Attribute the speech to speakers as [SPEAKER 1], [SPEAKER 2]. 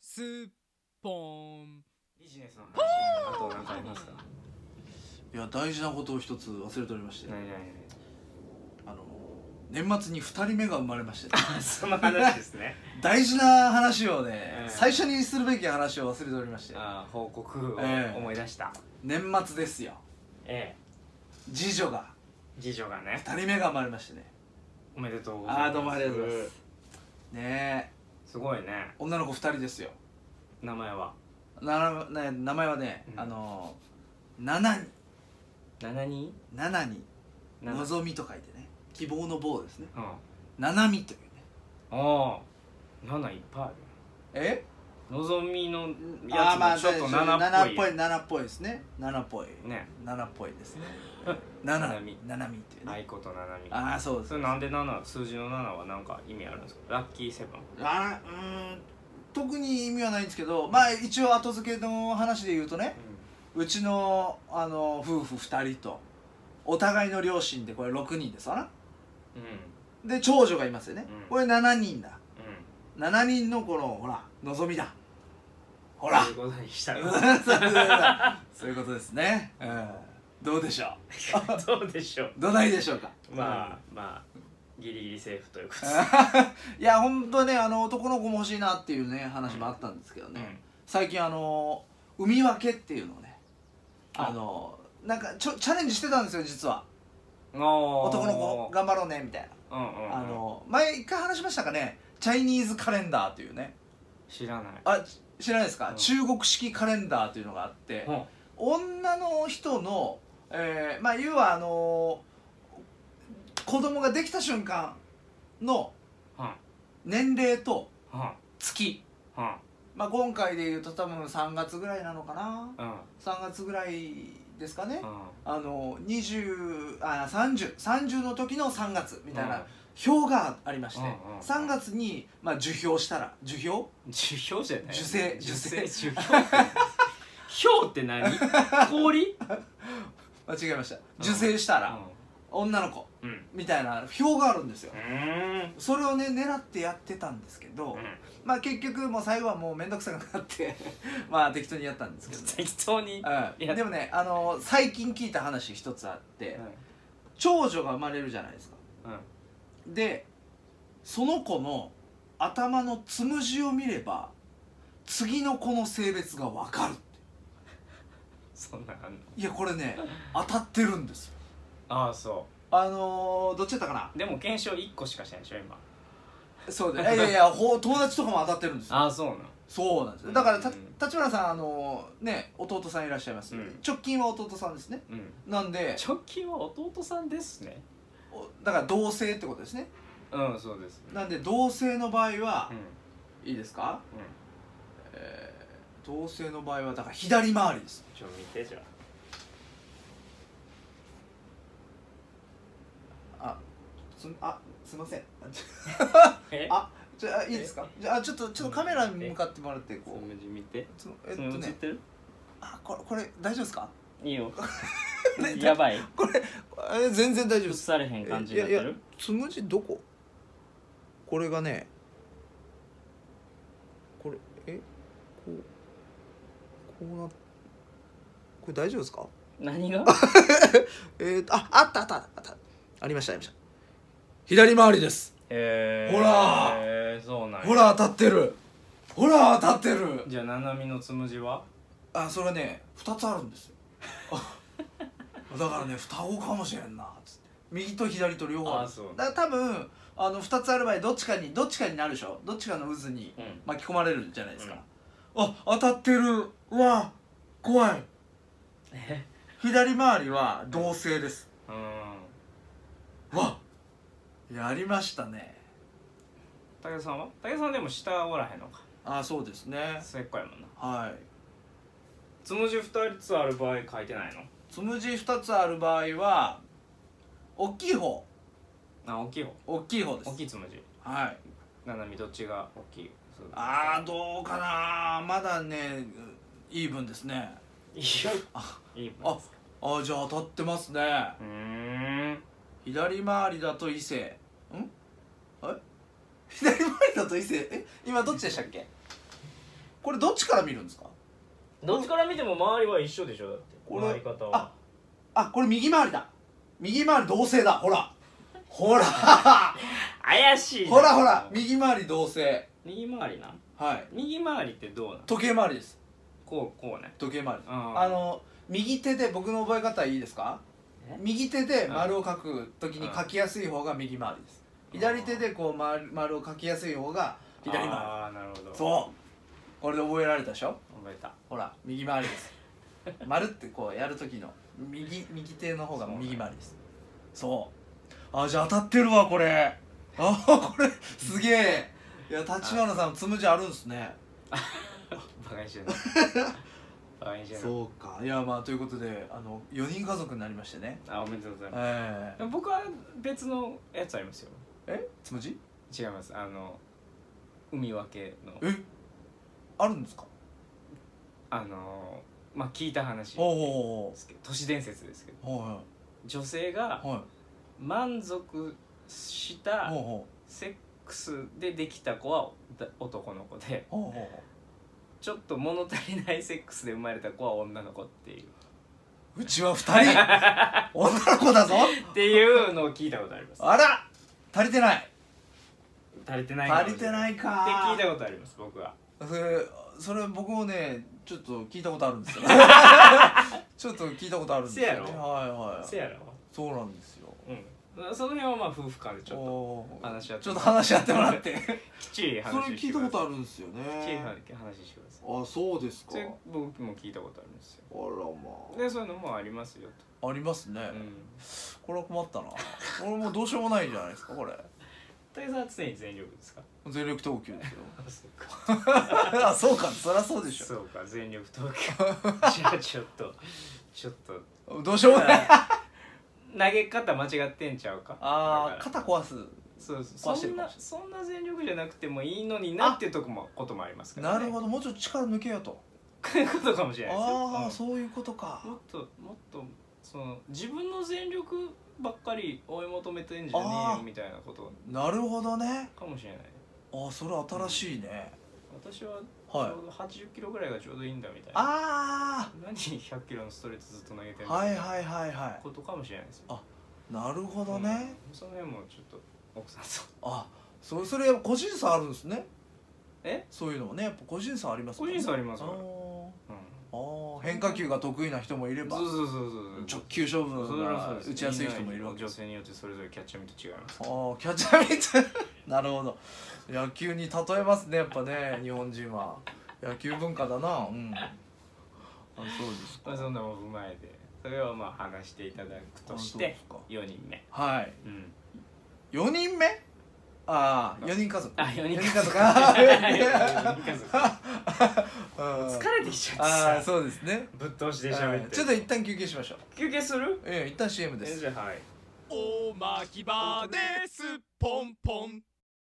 [SPEAKER 1] スッポン
[SPEAKER 2] ビジネスの話あと何かありますか
[SPEAKER 3] いや大事なことを一つ忘れておりまして、
[SPEAKER 2] 何何何
[SPEAKER 3] あの年末に二人目が生まれまして
[SPEAKER 2] その話です ね
[SPEAKER 3] 大事な話をね、
[SPEAKER 2] ええ
[SPEAKER 3] 最初にするべき話を忘れておりまして
[SPEAKER 2] ああ報告を
[SPEAKER 3] ええ
[SPEAKER 2] 思い出した
[SPEAKER 3] 年末ですよ
[SPEAKER 2] え
[SPEAKER 3] 次女が
[SPEAKER 2] え次女がね
[SPEAKER 3] 二人目が生まれましてね
[SPEAKER 2] おめでとうございます
[SPEAKER 3] ああーどうもありがとうございますねえ
[SPEAKER 2] すごいね
[SPEAKER 3] 女の子二人ですよ
[SPEAKER 2] 名前は
[SPEAKER 3] なな名前はね、
[SPEAKER 2] うん
[SPEAKER 3] あの七に
[SPEAKER 2] 七人
[SPEAKER 3] 七に
[SPEAKER 2] 七
[SPEAKER 3] 望みと書いてね希望の棒ですね
[SPEAKER 2] うん
[SPEAKER 3] 七みというね
[SPEAKER 2] ああ七いっぱいある
[SPEAKER 3] え
[SPEAKER 2] 望みの
[SPEAKER 3] あーま
[SPEAKER 2] や
[SPEAKER 3] あ
[SPEAKER 2] つもちょっと
[SPEAKER 3] 七
[SPEAKER 2] 七
[SPEAKER 3] っ
[SPEAKER 2] っ
[SPEAKER 3] ぽ
[SPEAKER 2] ぽ
[SPEAKER 3] い
[SPEAKER 2] い
[SPEAKER 3] 七っぽいですね七っぽい
[SPEAKER 2] ね
[SPEAKER 3] 七っぽい ですね七
[SPEAKER 2] 七
[SPEAKER 3] み
[SPEAKER 2] み
[SPEAKER 3] 七みっていうね
[SPEAKER 2] 愛子と七海
[SPEAKER 3] ああそうです
[SPEAKER 2] それなんで7数字の7は何か意味あるんですかラッキーセブン
[SPEAKER 3] あーうーん特に意味はないんですけどまあ一応後付けの話で言うとねうちのあの夫婦二人とお互いの両親でこれ六人ですわな
[SPEAKER 2] うん
[SPEAKER 3] で長女がいますよね、
[SPEAKER 2] うん
[SPEAKER 3] これ七人だ
[SPEAKER 2] うん
[SPEAKER 3] 7人のこのほら望みだほら
[SPEAKER 2] ということにした
[SPEAKER 3] そう
[SPEAKER 2] ら
[SPEAKER 3] そういうことですね、うん、どうでしょ
[SPEAKER 2] どうでしょう
[SPEAKER 3] うどないでしょうか
[SPEAKER 2] まあまあギリギリセーフということで
[SPEAKER 3] いや本当ねあの男の子も欲しいなっていうね話もあったんですけどね、最近あの海分けっていうのをねあのなんかちょチャレンジしてたんですよ実は男
[SPEAKER 2] 男
[SPEAKER 3] の子頑張ろうねみたい
[SPEAKER 2] うんうんうん
[SPEAKER 3] なあの前一回話しましたかねチャイニーズカレンダーというね
[SPEAKER 2] 知らない
[SPEAKER 3] あち知らないですか、
[SPEAKER 2] うん
[SPEAKER 3] 中国式カレンダーというのがあって、
[SPEAKER 2] うん
[SPEAKER 3] 女の人の、えーまあ要はあのー子供ができた瞬間の
[SPEAKER 2] うん
[SPEAKER 3] 年齢と
[SPEAKER 2] うん
[SPEAKER 3] 月、
[SPEAKER 2] うん
[SPEAKER 3] まあ、今回でいうと多分3月ぐらいなのかな
[SPEAKER 2] うん
[SPEAKER 3] 3月ぐらいですかね、
[SPEAKER 2] うん
[SPEAKER 3] あの20あ3030の時の3月みたいな表がありまして、
[SPEAKER 2] うんうん
[SPEAKER 3] 3月に、まあ、受表したら受表
[SPEAKER 2] 受氷じゃない
[SPEAKER 3] 受精
[SPEAKER 2] 受精
[SPEAKER 3] 受
[SPEAKER 2] 受氷氷って 何氷
[SPEAKER 3] 間違えました受精したら、女の子
[SPEAKER 2] うんうん
[SPEAKER 3] みたいな表があるんですよ
[SPEAKER 2] う、ーん
[SPEAKER 3] それをね狙ってやってたんですけど、
[SPEAKER 2] うん
[SPEAKER 3] まあ結局もう最後はもう面倒くさくなって まあ適当にやったんですけど、ね
[SPEAKER 2] 適当に
[SPEAKER 3] うん
[SPEAKER 2] いや
[SPEAKER 3] でもねあの最近聞いた話一つあって、長女が生まれるじゃないですか
[SPEAKER 2] うん
[SPEAKER 3] でその子の頭のつむじを見れば次の子の性別が分かるって
[SPEAKER 2] そんなんあんの
[SPEAKER 3] いやこれね当たってるんですよ
[SPEAKER 2] ああそ
[SPEAKER 3] あのー、どっちだったか
[SPEAKER 2] うでも検証1個しかしてないでしょ今
[SPEAKER 3] なそうでいやいやいやほ友達とかも当たってるんですよ
[SPEAKER 2] ああそうな
[SPEAKER 3] そうなんですよだからた
[SPEAKER 2] うん
[SPEAKER 3] 立花さんあのね弟さんいらっしゃいますよね、
[SPEAKER 2] うん
[SPEAKER 3] 直近は弟さんですね
[SPEAKER 2] うん
[SPEAKER 3] なんで
[SPEAKER 2] 直近は弟さんですね
[SPEAKER 3] おだから同性ってことですね
[SPEAKER 2] うんそうです
[SPEAKER 3] なんで同性の場合は
[SPEAKER 2] うん、
[SPEAKER 3] いいですか、
[SPEAKER 2] うん
[SPEAKER 3] えー同性の場合はだから左回りです
[SPEAKER 2] ちょ見てじゃ
[SPEAKER 3] あすあすいません あちょ
[SPEAKER 2] え
[SPEAKER 3] あじゃあいいですかじゃあちょっとちょっとカメラに向かってもらって
[SPEAKER 2] つ
[SPEAKER 3] こう
[SPEAKER 2] むじ見て
[SPEAKER 3] つむえっ
[SPEAKER 2] つ
[SPEAKER 3] と
[SPEAKER 2] むじっ
[SPEAKER 3] ね
[SPEAKER 2] てる
[SPEAKER 3] あこれこれ大丈夫ですか
[SPEAKER 2] いいよ
[SPEAKER 3] ね
[SPEAKER 2] やばい
[SPEAKER 3] え全然大丈
[SPEAKER 2] 映
[SPEAKER 3] 夫です
[SPEAKER 2] されへん感じになって
[SPEAKER 3] いやい
[SPEAKER 2] る
[SPEAKER 3] つむじどここれがねこれえこうこうなこれ大丈夫ですか
[SPEAKER 2] 何が
[SPEAKER 3] えー、ああったあったあったありましたありました左回りです
[SPEAKER 2] へ
[SPEAKER 3] ほら
[SPEAKER 2] へーそうなんや
[SPEAKER 3] ほら当たってるほら当たってる
[SPEAKER 2] じゃあななみのつむじは
[SPEAKER 3] あそれはね2つあるんですよあだからね双子かもしれんなつって右と左と両方る
[SPEAKER 2] あそう
[SPEAKER 3] だから多分あの2つある場合どっちかにどっちかになるでしょどっちかの渦に
[SPEAKER 2] うん
[SPEAKER 3] 巻き込まれるじゃないですか、あ当たってるうわ怖い
[SPEAKER 2] え
[SPEAKER 3] 左回りは同性です、
[SPEAKER 2] うん
[SPEAKER 3] うわやりましたね
[SPEAKER 2] 武田さんは武田さんでも下おらへんのか
[SPEAKER 3] あそうですね
[SPEAKER 2] 末っ子やもんな
[SPEAKER 3] はい
[SPEAKER 2] つむじ2つある場合書いてないの
[SPEAKER 3] つむじ2つある場合は大きい方
[SPEAKER 2] あ大きい方
[SPEAKER 3] 大きい方です
[SPEAKER 2] 大きいつむじ
[SPEAKER 3] はい
[SPEAKER 2] ななみどっちが大きいそう
[SPEAKER 3] あーどうかなまだねイーブンですね
[SPEAKER 2] いいよいいもん
[SPEAKER 3] あ
[SPEAKER 2] ですか
[SPEAKER 3] あーじゃあ当たってますね
[SPEAKER 2] うーん
[SPEAKER 3] 左回りだと異性ん え左回りだと異性え今どっちでしたっけこれどっちから見るんですか
[SPEAKER 4] どっちから見ても周りは一緒でしょだって
[SPEAKER 3] これ
[SPEAKER 4] 回り方は
[SPEAKER 3] あこれ右回りだ右回り同性だほらほら
[SPEAKER 2] 怪しいな
[SPEAKER 3] ほらほら右回り同性
[SPEAKER 2] 右回りな
[SPEAKER 3] はい
[SPEAKER 2] 右回りってどうなの
[SPEAKER 3] 時計回りです
[SPEAKER 2] こうこうね
[SPEAKER 3] 時計回り
[SPEAKER 2] あー
[SPEAKER 3] あの右手で僕の覚え方いいですか
[SPEAKER 2] え
[SPEAKER 3] 右手で丸を描く時に描きやすい方が右回りです
[SPEAKER 2] うん
[SPEAKER 3] 左手でこう丸丸を描きやすい方が左回り
[SPEAKER 2] ああなるほどう
[SPEAKER 3] そうこれで覚えられたでしょ
[SPEAKER 2] 覚えた
[SPEAKER 3] ほら右回りです 丸ってこうやる時の右右手の方が右回りですそうあじゃあ当たってるわこれあーこれすげえいや立花さんつむじあるんすね
[SPEAKER 2] バカにして るなバカにしてるな
[SPEAKER 3] そうかいやまあということであの4人家族になりましてね
[SPEAKER 2] あおめでとうございま
[SPEAKER 3] ええ
[SPEAKER 2] す僕は別のやつありますよ
[SPEAKER 3] えつむじ
[SPEAKER 2] 違いますあの海分けの
[SPEAKER 3] えあるんですか
[SPEAKER 2] あのまあ聞いた話
[SPEAKER 3] おう
[SPEAKER 2] で
[SPEAKER 3] おう
[SPEAKER 2] すけど都市伝説ですけど
[SPEAKER 3] おうは
[SPEAKER 2] 女性
[SPEAKER 3] い
[SPEAKER 2] が
[SPEAKER 3] はい
[SPEAKER 2] 満足し
[SPEAKER 3] はい
[SPEAKER 2] た
[SPEAKER 3] おうおう
[SPEAKER 2] セックスでできた子はだ男の子で
[SPEAKER 3] おうおう
[SPEAKER 2] ちょっと物足りないセックスで生まれた子は女の子っていう
[SPEAKER 3] うちは2人 女の子だぞ
[SPEAKER 2] っていうのを聞いたことあります
[SPEAKER 3] あら足りてない
[SPEAKER 2] 足りてない
[SPEAKER 3] 足りてないいか
[SPEAKER 2] って聞いたことあります僕は
[SPEAKER 3] それそれ僕もねちょっと聞いたことある んですよ ちょっと聞いたことあるんですよ、ね、
[SPEAKER 2] せやろ
[SPEAKER 3] はいはい
[SPEAKER 2] せやろ
[SPEAKER 3] そうなんですよ
[SPEAKER 2] うんその辺はまあ夫婦間でちょっ
[SPEAKER 3] おー
[SPEAKER 2] 話し合って
[SPEAKER 3] ちょっと話し合ってもらって
[SPEAKER 2] ときっちり
[SPEAKER 3] それ
[SPEAKER 2] 話し
[SPEAKER 3] 聞
[SPEAKER 2] てく
[SPEAKER 3] いた
[SPEAKER 2] ださい
[SPEAKER 3] ことあるんですよ
[SPEAKER 2] きっちり
[SPEAKER 3] ね
[SPEAKER 2] 話してください
[SPEAKER 3] あそうですか
[SPEAKER 2] それ僕も聞いたことあるんですよ
[SPEAKER 3] あら
[SPEAKER 2] でそういうのもありますよ
[SPEAKER 3] まあありますね、
[SPEAKER 2] とうん
[SPEAKER 3] これは困ったな俺もうどうしようもないじゃないですかこれ
[SPEAKER 2] 武井さんは常に全力ですか
[SPEAKER 3] 全力投球ですよ
[SPEAKER 2] あそうか
[SPEAKER 3] あそうかそりゃそうでし
[SPEAKER 2] そうか全力 投球じゃあちょっとちょっと
[SPEAKER 3] ょどうしようもない
[SPEAKER 2] 投げ方間違ってんちゃうかだ
[SPEAKER 3] ああ
[SPEAKER 2] から
[SPEAKER 3] 肩壊す
[SPEAKER 2] そうそう
[SPEAKER 3] 壊し
[SPEAKER 2] そ
[SPEAKER 3] てる
[SPEAKER 2] ん
[SPEAKER 3] か
[SPEAKER 2] な
[SPEAKER 3] も
[SPEAKER 2] そんな全力じゃなくてもいいのになっていうとこもこともありますから、ね、
[SPEAKER 3] なるほどもうちょっと力抜けよと
[SPEAKER 2] こういうことかもしれないですよ
[SPEAKER 3] ああ、
[SPEAKER 2] うん
[SPEAKER 3] そういうことか
[SPEAKER 2] もっともっとその自分の全力ばっかり追い求めてんじゃねえ
[SPEAKER 3] あ
[SPEAKER 2] よ
[SPEAKER 3] ー
[SPEAKER 2] みたいなこと
[SPEAKER 3] なるほどね
[SPEAKER 2] かもしれない
[SPEAKER 3] あそれ新しいね、
[SPEAKER 2] 私はちょ
[SPEAKER 3] はいう
[SPEAKER 2] ど80キロぐらいがちょうどいいんだみたいな
[SPEAKER 3] あ
[SPEAKER 2] 何100キロのストレートずっと投げて
[SPEAKER 3] あ
[SPEAKER 2] ん
[SPEAKER 3] はい
[SPEAKER 2] い
[SPEAKER 3] はいはいは
[SPEAKER 2] ことかもしれないですよ
[SPEAKER 3] いなるほどね、
[SPEAKER 2] うんその辺もちょっと奥 さんと
[SPEAKER 3] あそれそれやっぱ個人差あるんですね
[SPEAKER 2] え
[SPEAKER 3] そういうのもねやっぱ個人差あります
[SPEAKER 2] 個人差あります
[SPEAKER 3] あ
[SPEAKER 2] からうん
[SPEAKER 3] ーあー変化球が得意な人もいれば
[SPEAKER 2] そうそうそうそう
[SPEAKER 3] 直球勝負
[SPEAKER 2] それはそう
[SPEAKER 3] が
[SPEAKER 2] です
[SPEAKER 3] 打ちやすい人もいるわけ
[SPEAKER 2] 女性によってそれぞれキャッチャーミット違います
[SPEAKER 3] ああキャッチャーミット なるほど野球に例えますねやっぱね日本人は野球文化だなうんあそうです
[SPEAKER 2] まあそんなもん踏まえてそれをまあ話していただくとし
[SPEAKER 3] あそうで
[SPEAKER 2] て
[SPEAKER 3] すか
[SPEAKER 2] 4人目
[SPEAKER 3] はい
[SPEAKER 2] うん
[SPEAKER 3] 4人目ああ4人家族
[SPEAKER 2] あ4人
[SPEAKER 3] 四
[SPEAKER 2] 家
[SPEAKER 3] 人
[SPEAKER 2] 族
[SPEAKER 3] 家族
[SPEAKER 2] あ
[SPEAKER 3] か
[SPEAKER 2] 4人家 族
[SPEAKER 3] うん
[SPEAKER 2] 疲れてきちゃって
[SPEAKER 3] ああ
[SPEAKER 2] さ
[SPEAKER 3] そうですね
[SPEAKER 2] ぶっ通しで
[SPEAKER 3] は
[SPEAKER 2] 喋っ
[SPEAKER 3] い
[SPEAKER 2] て
[SPEAKER 3] ちょっと一旦休憩しましょう
[SPEAKER 2] 休憩する
[SPEAKER 3] ええ一旦 CM で
[SPEAKER 2] え
[SPEAKER 3] す
[SPEAKER 2] じゃあはい
[SPEAKER 1] おまき場です。ポンポン。